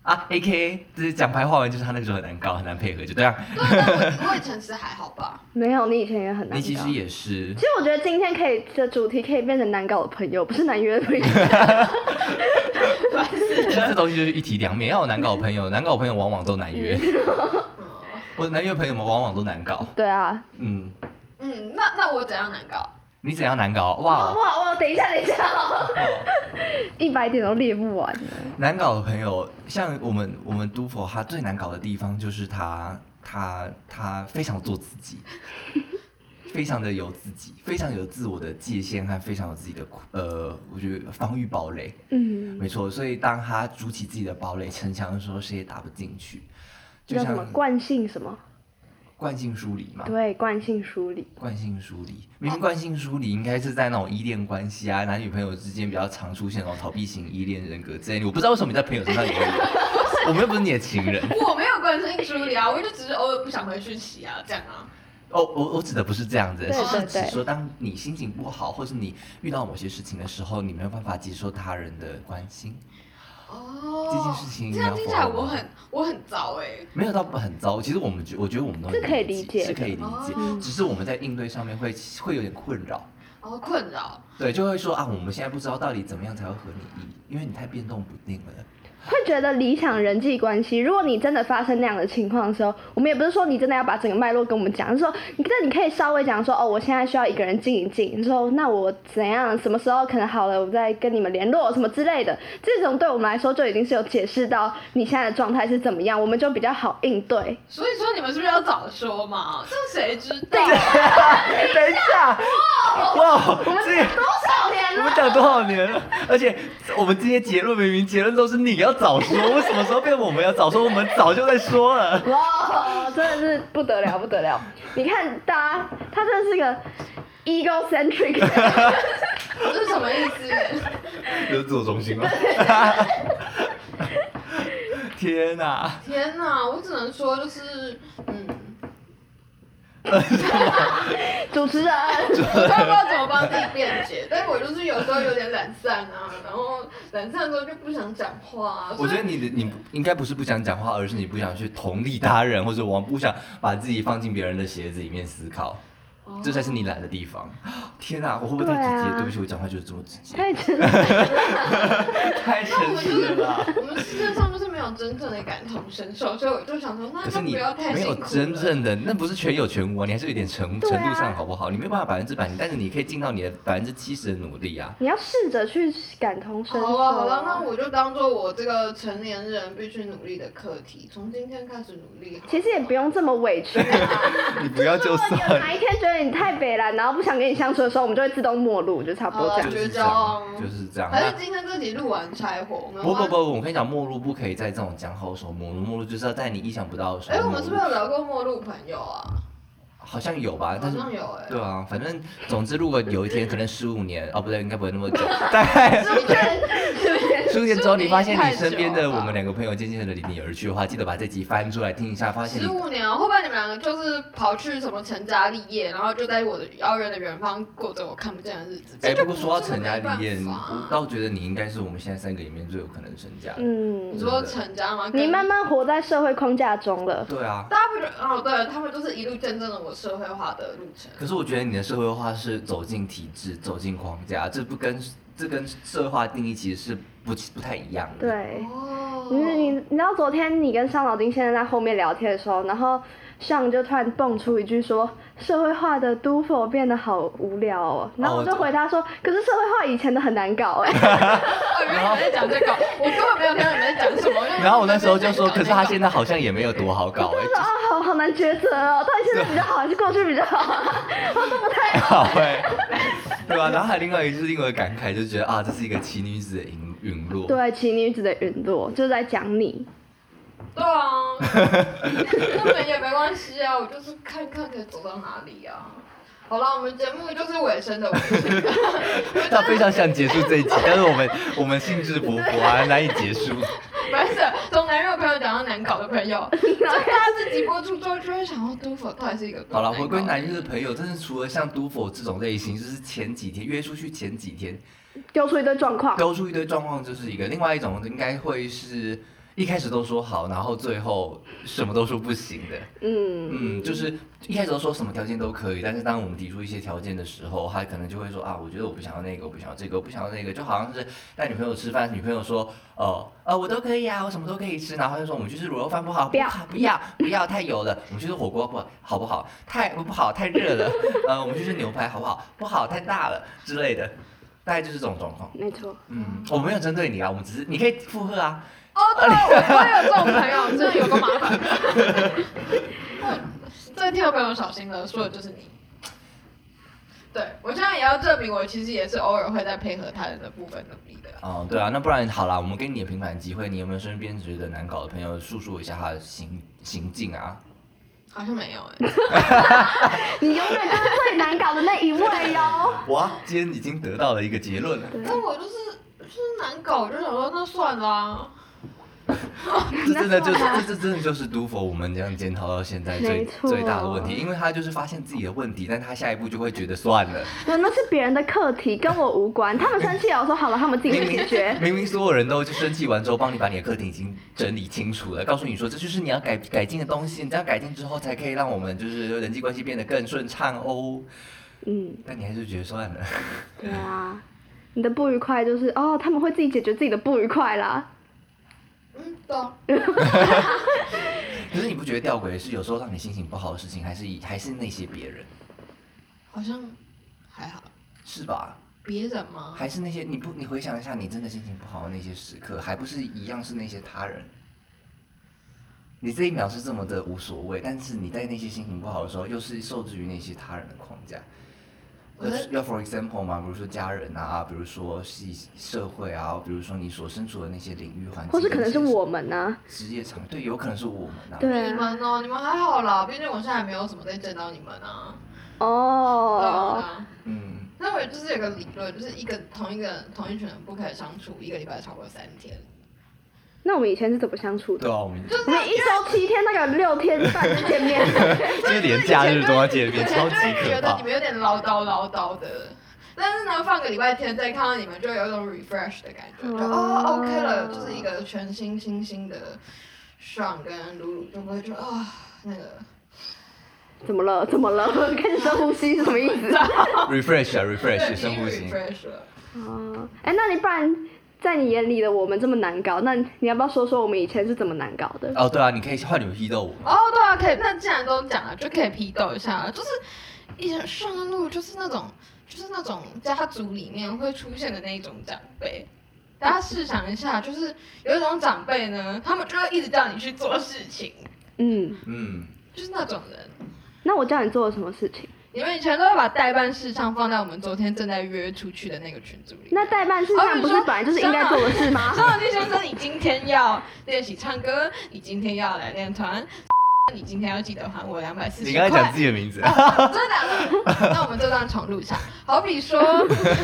Speaker 2: 啊，A K A，就是讲白话文，就是他那个时候很难搞，很难配合，就这样。
Speaker 3: 对啊，那我我以前是还好吧。
Speaker 4: 没有，你以前也很难
Speaker 2: 你
Speaker 4: 搞。
Speaker 2: 其实也是
Speaker 4: 其，实我觉得今天可以的主题可以变成难搞的朋友，不是难约 的朋友。
Speaker 2: 这东西就是一体两面，要有难搞的朋友，难搞的朋友往往都难约，我的难约朋友们往往都难搞。
Speaker 4: 对啊，
Speaker 2: 嗯，
Speaker 3: 嗯，那那我怎样难搞？
Speaker 2: 你怎样难搞？哇
Speaker 4: 哇
Speaker 2: 哦，
Speaker 4: 哇哇！等一下，等一下， 一百点都列不完。
Speaker 2: 难搞的朋友，像我们我们都佛，他最难搞的地方就是他他他非常做自己， 非常的有自己，非常有自我的界限和非常有自己的呃，我觉得防御堡垒，
Speaker 4: 嗯，
Speaker 2: 没错。所以当他筑起自己的堡垒城墙的时候，谁也打不进去，就
Speaker 4: 叫什么
Speaker 2: 像啊
Speaker 4: 惯性什么？
Speaker 2: 惯性梳理嘛。
Speaker 4: 对，惯性梳理。
Speaker 2: 惯性梳理，明明惯性梳理应该是在那种依恋关系啊，男女朋友之间比较常出现那种逃避型依恋人格之类的。我不知道为什么你在朋友身上也会有，我 们又不是你的情人。
Speaker 3: 我没有关心梳理啊，我就只是偶尔不想回讯息啊，这样啊。
Speaker 2: 哦，我我指的不是这样子，
Speaker 4: 对
Speaker 2: 是
Speaker 4: 对对
Speaker 2: 指说当你心情不好，或是你遇到某些事情的时候，你没有办法接受他人的关心，
Speaker 3: 哦，
Speaker 2: 这件事情
Speaker 3: 这
Speaker 2: 你要
Speaker 3: 样听起来
Speaker 2: follow 吗
Speaker 3: 我很我很糟哎、
Speaker 2: 没有到很糟。其实我们觉，我觉得我们都
Speaker 4: 是可以理解的
Speaker 2: 是可以理解，
Speaker 3: 哦
Speaker 2: 只是我们在应对上面会会有点困扰。
Speaker 3: 然后哦困扰。
Speaker 2: 对，就会说啊，我们现在不知道到底怎么样才会合你意，因为你太变动不定了。
Speaker 4: 会觉得理想人际关系，如果你真的发生那样的情况的时候，我们也不是说你真的要把整个脉络跟我们讲，就是说你但你可以稍微讲说，哦，我现在需要一个人静一静，你说那我怎样，什么时候可能好了，我再跟你们联络什么之类的，这种对我们来说就已经是有解释到你现在的状态是怎么样，我们就比较好应对。
Speaker 3: 所以说你们是不是要早说嘛？这谁知道？
Speaker 2: 哎等一下，哇，我们这个
Speaker 3: 少年
Speaker 2: 我们讲多少年了？而且我们这些结论明明结论都是你要早说，为什么时候变我们要早说？我们早就在说了。
Speaker 4: 哇，哦真的是不得了，不得了！ 你看大家，他真的是个 egocentric 的 人。
Speaker 3: 这是什么意思？
Speaker 2: 有自我中心 吗？ 天哪、
Speaker 3: 天哪，我只能说就是，嗯，
Speaker 4: 主持人，
Speaker 3: 我也不知道怎么帮自己辩 解，但我就是有时候有点懒散啊，然后懒散之后就不想讲话啊。
Speaker 2: 我
Speaker 3: 所以
Speaker 2: 觉得你的你不应该不是不想讲话，而是你不想去同理他人，或者我不想把自己放进别人的鞋子里面思考，
Speaker 3: 哦
Speaker 2: 这才是你懒的地方。天哪、我会不会太直接？
Speaker 4: 对啊
Speaker 2: 对不起，我讲话就是这么直接，
Speaker 4: 太真了，
Speaker 2: 太诚实了 啦。
Speaker 3: 我们世界上就是没有真正的感同身受，所以我就想说，那
Speaker 2: 可是
Speaker 3: 就
Speaker 2: 你
Speaker 3: 不要太
Speaker 2: 没有
Speaker 3: 辛苦了。
Speaker 2: 真正的，那不是全有全无啊，你还是有点程程
Speaker 4: 对啊
Speaker 2: 度上好不好？你没有办法百分之百，但是你可以尽到你的百分之七十的努力啊。
Speaker 4: 你要试着去感同身受。
Speaker 3: 好啊了好
Speaker 4: 啊
Speaker 3: 了，那我就当做我这个成年人必须努力的课题，从今天开始努力。
Speaker 4: 其实也不用这么委屈、
Speaker 2: 你不要
Speaker 4: 如果你有哪一天觉得你太北了，然后不想跟你相处的时候，我们就会自动陌路，就差不多这
Speaker 3: 好
Speaker 4: 样
Speaker 3: 了。
Speaker 2: 就是这样，就是这样。
Speaker 3: 还是今天这集录完拆火，我们
Speaker 2: 不不不，我跟你讲，末路不可以在这种讲好手末路，末路就是要在你意想不到的时候。
Speaker 3: 哎、我们是不是有聊过陌路朋友啊？
Speaker 2: 好像有吧？
Speaker 3: 好
Speaker 2: 但是
Speaker 3: 像有哎、
Speaker 2: 对啊，反正总之，如果有一天，可能十五年哦，不对，应该不会那 么久，大概
Speaker 3: 是不是？
Speaker 2: 十五年之后，你发现
Speaker 3: 太
Speaker 2: 你
Speaker 3: 久
Speaker 2: 身边的
Speaker 3: 了吧
Speaker 2: 我们两个朋友渐渐的离你而去的话，记得把这集翻出来听一下，发现
Speaker 3: 十
Speaker 2: 你
Speaker 3: 五年，会不会你们两个就是跑去什么成家立业，然后就在我的遥远的远方过着我看不见的日子？
Speaker 2: 哎、
Speaker 3: 这就
Speaker 2: 不过
Speaker 3: 是
Speaker 2: 说到成家立业，
Speaker 3: 没办
Speaker 2: 我
Speaker 3: 法
Speaker 2: 倒觉得你应该是我们现在三个里面最有可能成家的。
Speaker 3: 你
Speaker 4: 嗯，
Speaker 3: 说成家吗？
Speaker 4: 你慢。慢活在社会框架中了。
Speaker 2: 对啊，
Speaker 3: 大家不觉得哦？对，他们就是一路见证了我社会化的路程。
Speaker 2: 可是我觉得你的社会化是走进体制、走进框架，这不跟这跟社会化定义其实是不不太一样的。，
Speaker 4: 对，
Speaker 3: 哦，
Speaker 4: 你嗯你你知道昨天你跟伤脑筋先生在后面聊天的时候，然后上就突然蹦出一句说社会化的都否变得好无聊哦，然后我就回答说，可是社会化以前的很难搞哎、
Speaker 3: 我原来你们在讲这 个，我根本没有听到你们在讲什么。
Speaker 2: 然后我那时候 就说，可是他现
Speaker 3: 在
Speaker 2: 在好像也没有多好搞哎、
Speaker 4: 啊，好好难抉择哦，到底现在比较好还是过去比较好啊？我都不太
Speaker 2: 好哎、 对吧、然后还有另外一个就是因为感慨，就觉得啊，这是一个奇女子的陨陨落。
Speaker 4: 对，奇女子的陨落就是在讲你，
Speaker 3: 对啊， 那没也没关系啊，我就是看看可以走到哪里啊。好了，我们节目就是尾声的尾声。
Speaker 2: 他非常想结束这一集，但是我们我们兴致勃勃啊，难以结束。
Speaker 3: 不是，从男人的朋友讲到难搞的朋友，就大家自己播出之后就会想到杜甫到底是一个多
Speaker 2: 好了，
Speaker 3: 难搞
Speaker 2: 回归男。就是朋友，但是除了像都否这种类型，就是前几天约出去前几天
Speaker 4: 丢出一堆状况，
Speaker 2: 勾出一堆状况，就是一个；另外一种应该会是一开始都说好，然后最后什么都说不行的。
Speaker 4: 嗯，
Speaker 2: 嗯，就是一开始都说什么条件都可以，但是当我们提出一些条件的时候，他可能就会说啊，我觉得我不想要那个，我不想要这个，我不想要那个，就好像是带女朋友吃饭，女朋友说，哦，呃，我都可以啊，我什么都可以吃，然后他就说我们去吃卤肉饭不好，
Speaker 4: 不要
Speaker 2: 不要不要太油了，我们去吃火锅不好好不好，太不好太热了， 呃，我们去吃牛排好不好，不好太大了之类的，大概就是这种状况。
Speaker 4: 没错，
Speaker 2: 嗯，
Speaker 4: 哦
Speaker 2: 我没有针对你啊，我们只是你可以附和啊，
Speaker 3: 哦，对，我我也有这种朋友，真的有个麻烦。 这个听众朋友小心了，说的就是你。对我现在也要证明，我其实也是偶尔会在配合他人的部分努力的。
Speaker 2: 哦，对啊，那不然好啦，我们给你的平凡机会，你有没有身边觉得难搞的朋友述说一下他的行行径啊？
Speaker 3: 好像没有哎、
Speaker 4: 你永远就是最难搞的那一位哟。
Speaker 2: 哇，啊今天已经得到了一个结 论了，
Speaker 3: 但我就是就是难搞，我就想说那算啊啦、
Speaker 2: 这真的就是这这真的就是读佛我们这样检讨到现在最
Speaker 4: 没错
Speaker 2: 最大的问题，因为他就是发现自己的问题，但他下一步就会觉得算了，
Speaker 4: 对， 那是别人的课题，跟我无关。他们生气了，我说好了，他们自己去解决。
Speaker 2: 明明所有人都就生气完之后帮你把你的课题已经整理清楚了，告诉你说这就是你要改改进的东西，你这样改进之后才可以让我们就是人际关系变得更顺畅哦。
Speaker 4: 嗯，
Speaker 2: 但你还是觉得算了。
Speaker 4: 对啊，你的不愉快就是哦，他们会自己解决自己的不愉快 啦。
Speaker 3: 嗯，懂。
Speaker 2: 可是你不觉得吊诡是有时候让你心情不好的事情，还是以还是那些别人，
Speaker 3: 好像还好。
Speaker 2: 是
Speaker 4: 嗯
Speaker 2: 吧？
Speaker 3: 别人吗？
Speaker 2: 还是那些你不你回想一下，你真的心情不好的那些时刻，还不是一样是那些他人？你这一秒是这么的无所谓，但是你在那些心情不好的时候，又是受制于那些他人的框架。呃
Speaker 3: 我在
Speaker 2: 要 for example 嘛，比如说家人啊，比如说系社会啊，比如说你所身处的那些领域环境，
Speaker 4: 或是可能是我们啊呢、
Speaker 2: 职业场，对，有可能是我们啊。
Speaker 4: 对
Speaker 3: 你
Speaker 4: 啊，
Speaker 3: 们哦，你们还好啦，毕竟我现在也没有怎么再见到你们啊。对
Speaker 4: 哦，
Speaker 3: 啊。
Speaker 2: 嗯，
Speaker 3: 那我就是有个理论，就是一个同一个同一群人不可以相处一个礼拜超过三天。
Speaker 4: 那我们以前是怎么相处的？
Speaker 2: 对啊，我们
Speaker 4: 我们一周七天，大概有六天半是见 面。
Speaker 2: 就是连假日都要见
Speaker 3: 以
Speaker 2: 面，
Speaker 3: 前
Speaker 2: 超
Speaker 3: 就
Speaker 2: 级
Speaker 3: 会觉得
Speaker 2: 可怕
Speaker 3: 你。们有点唠叨唠叨的，但是呢，放个礼拜天再看到你们，就有一种 refresh 的感觉，就哦
Speaker 4: 哦
Speaker 3: OK 了，就是一个全新新新的爽跟露露，就不会觉得啊、那个
Speaker 4: 怎么了？怎么了？开始深呼吸是什么意 思？
Speaker 2: refresh 啊，refresh，
Speaker 3: 对
Speaker 2: 深呼吸。
Speaker 3: refresh 了。
Speaker 4: 哦，哎，那你不然在你眼里的我们这么难搞，那你要不要说说我们以前是怎么难搞的？
Speaker 2: 哦，对啊，你可以换你们批斗我吗？
Speaker 3: 哦，对啊，可以。那既然都讲了，就可以批斗一下了。就是以前上恩路就是那种，就是那种家族里面会出现的那一种长辈。大家试想一下，就是有一种长辈呢，他们就会一直叫你去做事情，
Speaker 4: 嗯，
Speaker 2: 嗯，
Speaker 3: 就是那种人。
Speaker 4: 那我叫你做了什么事情？
Speaker 3: 你们以前都会把代办事项放在我们昨天正在约出去的那个群组里。
Speaker 4: 那代办事
Speaker 2: 哦
Speaker 4: 项不是本来就是应该做的事吗？
Speaker 3: 张老弟先生，你今天要练习唱歌，你今天要来练团，你今天要记得还我两百四十
Speaker 2: 你
Speaker 3: 块。
Speaker 2: 刚才讲自己的名字，
Speaker 3: 真的 假的？那我们这段重录一下。好比说，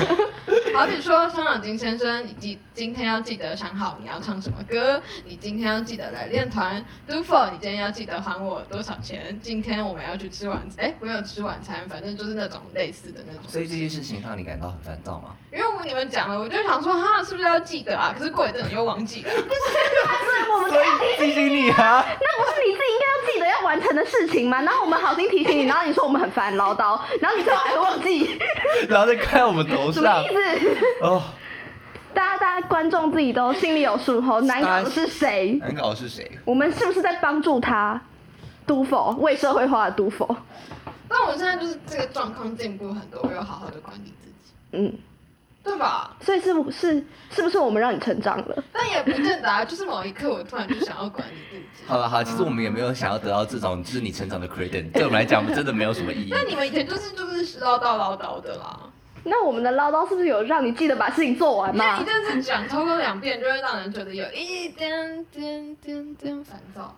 Speaker 3: 好比说，张朗金先生，你记今天要记得想好你要唱什么歌，你今天要记得来练团。Dufo，你今天要记得还我多少钱？今天我们要去吃晚，哎，没有吃晚餐，反正就是那种类似的那种。
Speaker 2: 所以这些事情让你感到很烦躁吗？
Speaker 3: 因为我你们讲了，我就想说，哈，是不是要记得啊？可是过一阵子又忘记了。
Speaker 2: 哎所以提醒你 啊，
Speaker 4: 那不是你自己应该要记得要完成的事情吗？然后我们好心提 醒你，然后你说我们很烦唠叨，然后你最后还忘记，
Speaker 2: 然后再开我们头
Speaker 4: 什么
Speaker 2: 上
Speaker 4: 意 思？
Speaker 2: 哦。
Speaker 4: 大家大家观众自己都心里有数，吼，难搞的是谁？
Speaker 2: 难搞的是谁？
Speaker 4: 我们是不是在帮助他？都否为社会化的都否？
Speaker 3: 但我现在就是这个状况进步很多，我有好好的管理自己，
Speaker 4: 嗯，
Speaker 3: 对吧？
Speaker 4: 所以是不是是不是我们让你成长了？
Speaker 3: 但也不见得啊，就是某一刻我突然就想要管理自己。
Speaker 2: 好了好，其实我们也没有想要得到这种就是你成长的 credit，对我们来讲真的没有什么意义。
Speaker 3: 那你们以前就是就是唠叨唠叨的啦，
Speaker 4: 那我们的唠叨是不是有让你记得把事情做完
Speaker 3: 那
Speaker 4: 嘛
Speaker 3: 一？阵子讲超过两遍，就会让人觉得有一点点点点烦躁。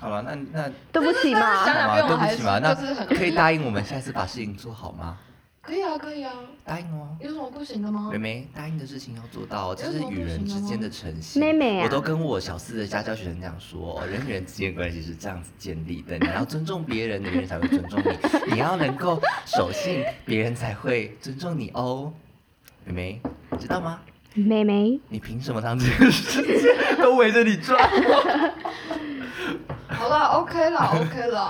Speaker 2: 好了，那那
Speaker 4: 对不起嘛
Speaker 3: 但是但是想，两
Speaker 2: 好嘛，
Speaker 3: 遍
Speaker 2: 对
Speaker 3: 我还
Speaker 2: 不
Speaker 3: 是
Speaker 2: 起嘛，那
Speaker 3: 就是很
Speaker 2: 可以答应我们下次把事情做好吗？
Speaker 3: 可以啊，可以啊，
Speaker 2: 答应哦。
Speaker 3: 有什么不行的吗
Speaker 2: 妹？妹答应的事情要做到，这是
Speaker 3: 有什么
Speaker 2: 与
Speaker 3: 不
Speaker 2: 人
Speaker 3: 行
Speaker 2: 之
Speaker 3: 的
Speaker 2: 间
Speaker 3: 吗
Speaker 2: 的诚信。
Speaker 4: 妹妹啊
Speaker 2: 我都跟我小四的家教学生讲说， 人与人之间的关系是这样子建立的，你要尊重别人，别人才会尊 重你；你要能够守信，别人才会尊重你哦。妹妹，知道吗？
Speaker 4: 妹妹，
Speaker 2: 你凭什么让这 个世界都围着你转？
Speaker 3: 好啦 o k 啦，OK 啦。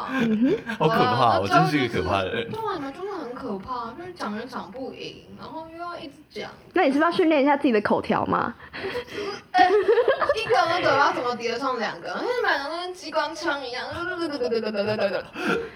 Speaker 2: 好可怕！
Speaker 3: 好啦
Speaker 2: 我真是一个可怕的人
Speaker 3: 对。啊，你们真的很可怕，就是讲也讲不赢，然后又要一直讲，
Speaker 4: 那你是不是要训练一下自己的口条嘛？
Speaker 3: 一个人嘴巴怎么叠得上两个？你们两个跟机关枪一样，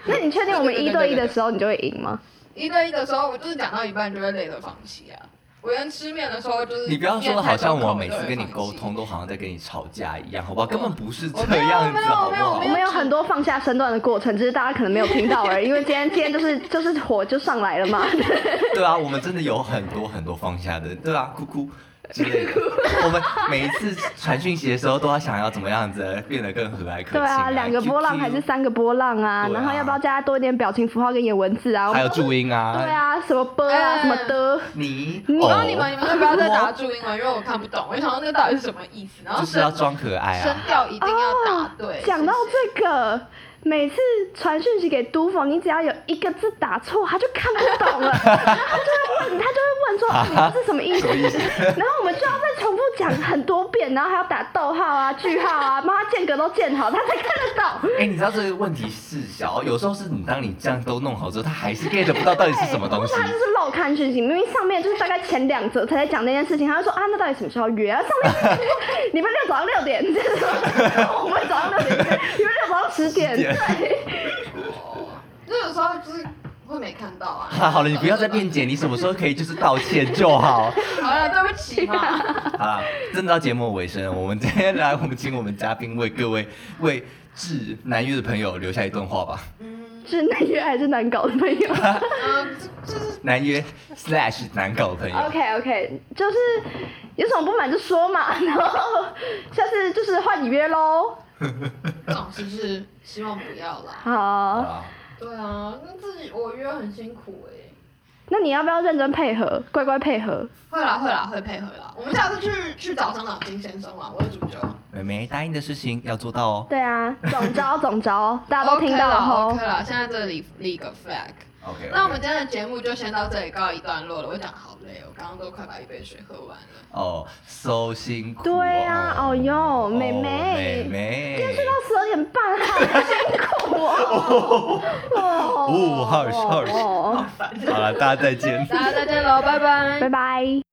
Speaker 4: 那你确定我们一对一的时候你就会赢吗？
Speaker 3: 一对一的时候，我就是讲到一半就会累得放弃啊。我连吃面的时候就是
Speaker 2: 你不要说的
Speaker 3: 面
Speaker 2: 好
Speaker 3: 太
Speaker 2: 像
Speaker 3: 重口
Speaker 2: 我每次
Speaker 3: 都会
Speaker 2: 跟你
Speaker 3: 放
Speaker 2: 沟
Speaker 3: 弃
Speaker 2: 通都好像在跟你吵架一样，好不好？根本不是
Speaker 3: 我
Speaker 2: 这
Speaker 3: 没有
Speaker 2: 样
Speaker 3: 没
Speaker 2: 子，
Speaker 3: 有
Speaker 2: 好不
Speaker 3: 没有
Speaker 2: 好
Speaker 3: 没
Speaker 4: 我？们有很多放下身段的过程，只是大家可能没有听到而已，因为今天今天就是 就是火就上来了嘛。
Speaker 2: 对啊，我们真的有很多很多放下的，对啊，哭哭之类的。 我们每一次传讯息的时候，都要想要怎么样子变得更和蔼可亲、
Speaker 4: 对啊，两个波浪还是
Speaker 2: QQ
Speaker 4: 三个波浪啊？
Speaker 2: 对啊
Speaker 4: 然后要不要加多一点表情符号跟眼文字啊？我
Speaker 2: 还
Speaker 4: 们
Speaker 2: 有注音啊，
Speaker 4: 对，啊，什么波
Speaker 2: 哎
Speaker 4: 啊，
Speaker 3: 嗯
Speaker 4: 什么的，
Speaker 2: 你
Speaker 4: 你
Speaker 2: 哦
Speaker 3: 然后你们你们都不要再打注音了，因为我看不懂， 我想说那到底是什么意思。然后
Speaker 2: 就是
Speaker 3: 声
Speaker 2: 要装可爱
Speaker 3: 声
Speaker 2: 啊。
Speaker 3: 调一定要打对。
Speaker 4: 哦讲到
Speaker 3: 谢谢
Speaker 4: 这个，每次传讯息给都粉，你只要有一个字打错，他就看不懂了，然后他就会问，他就会问说、哦、你这是什么意思？ 然后我们就要再重复讲很多遍，然后还要打逗号啊、句号啊，帮他间隔都建好，他才看得懂。
Speaker 2: 哎、你知道这个问题是小，有时候是你当你这样都弄好之后，他还是 get 不到到底 是什么东西
Speaker 4: 或。哎是他就是漏看讯息，明明上面就是大概前两则才在讲那件事情，他就说啊，那到底什么时候约啊？上面礼拜六早上六点，就是说我们早上六点，礼拜六早上十点，
Speaker 2: 10
Speaker 4: 对。
Speaker 3: 就有时候就是会没看到啊。
Speaker 2: 好好了，你不要再辩解，你什么时候可以就是道歉就好。
Speaker 3: 好了，对不起嘛。
Speaker 2: 好啦，真的到节目尾声，我们今天来，我们请我们嘉宾为各位为致南越的朋友留下一段话 吧。
Speaker 3: 嗯，
Speaker 4: 是难约还是难搞的朋友
Speaker 3: 嗯，这这是
Speaker 2: 南约 slash 难搞的朋友，
Speaker 4: ？OK OK，就是有什么不满就说嘛， 然后下次就是换你约喽。
Speaker 3: 这种事是希望不要啦。
Speaker 4: 好，
Speaker 2: 啊，
Speaker 3: 对啊，那自己我约很辛苦哎、
Speaker 4: 那你要不要认真配合，乖乖配合？
Speaker 3: 会啦会啦会配合啦，我们下次去去找张朗金先生啦，我是主角。
Speaker 2: 妹妹答应的事情要做到哦。
Speaker 4: 对啊，总招总招， 大家都听到了
Speaker 3: OK 啦
Speaker 4: 吼。
Speaker 3: OK 啦，现在这里立个 flag。
Speaker 2: OK，
Speaker 3: 那我们今天的节目就先到这里告一段落了。我讲好累哦，我刚刚都快把一杯水喝完了。
Speaker 2: 哦，so 辛苦哦。
Speaker 4: 对呀哦哟妹
Speaker 2: 哦
Speaker 4: 妹
Speaker 2: 妹妹，
Speaker 4: 今天睡到十二点半，好辛苦 哦。哦
Speaker 2: 哦，harsh，harsh
Speaker 4: 哦
Speaker 2: 好了，大家再见。
Speaker 3: 大家再见喽，拜拜
Speaker 4: 拜拜。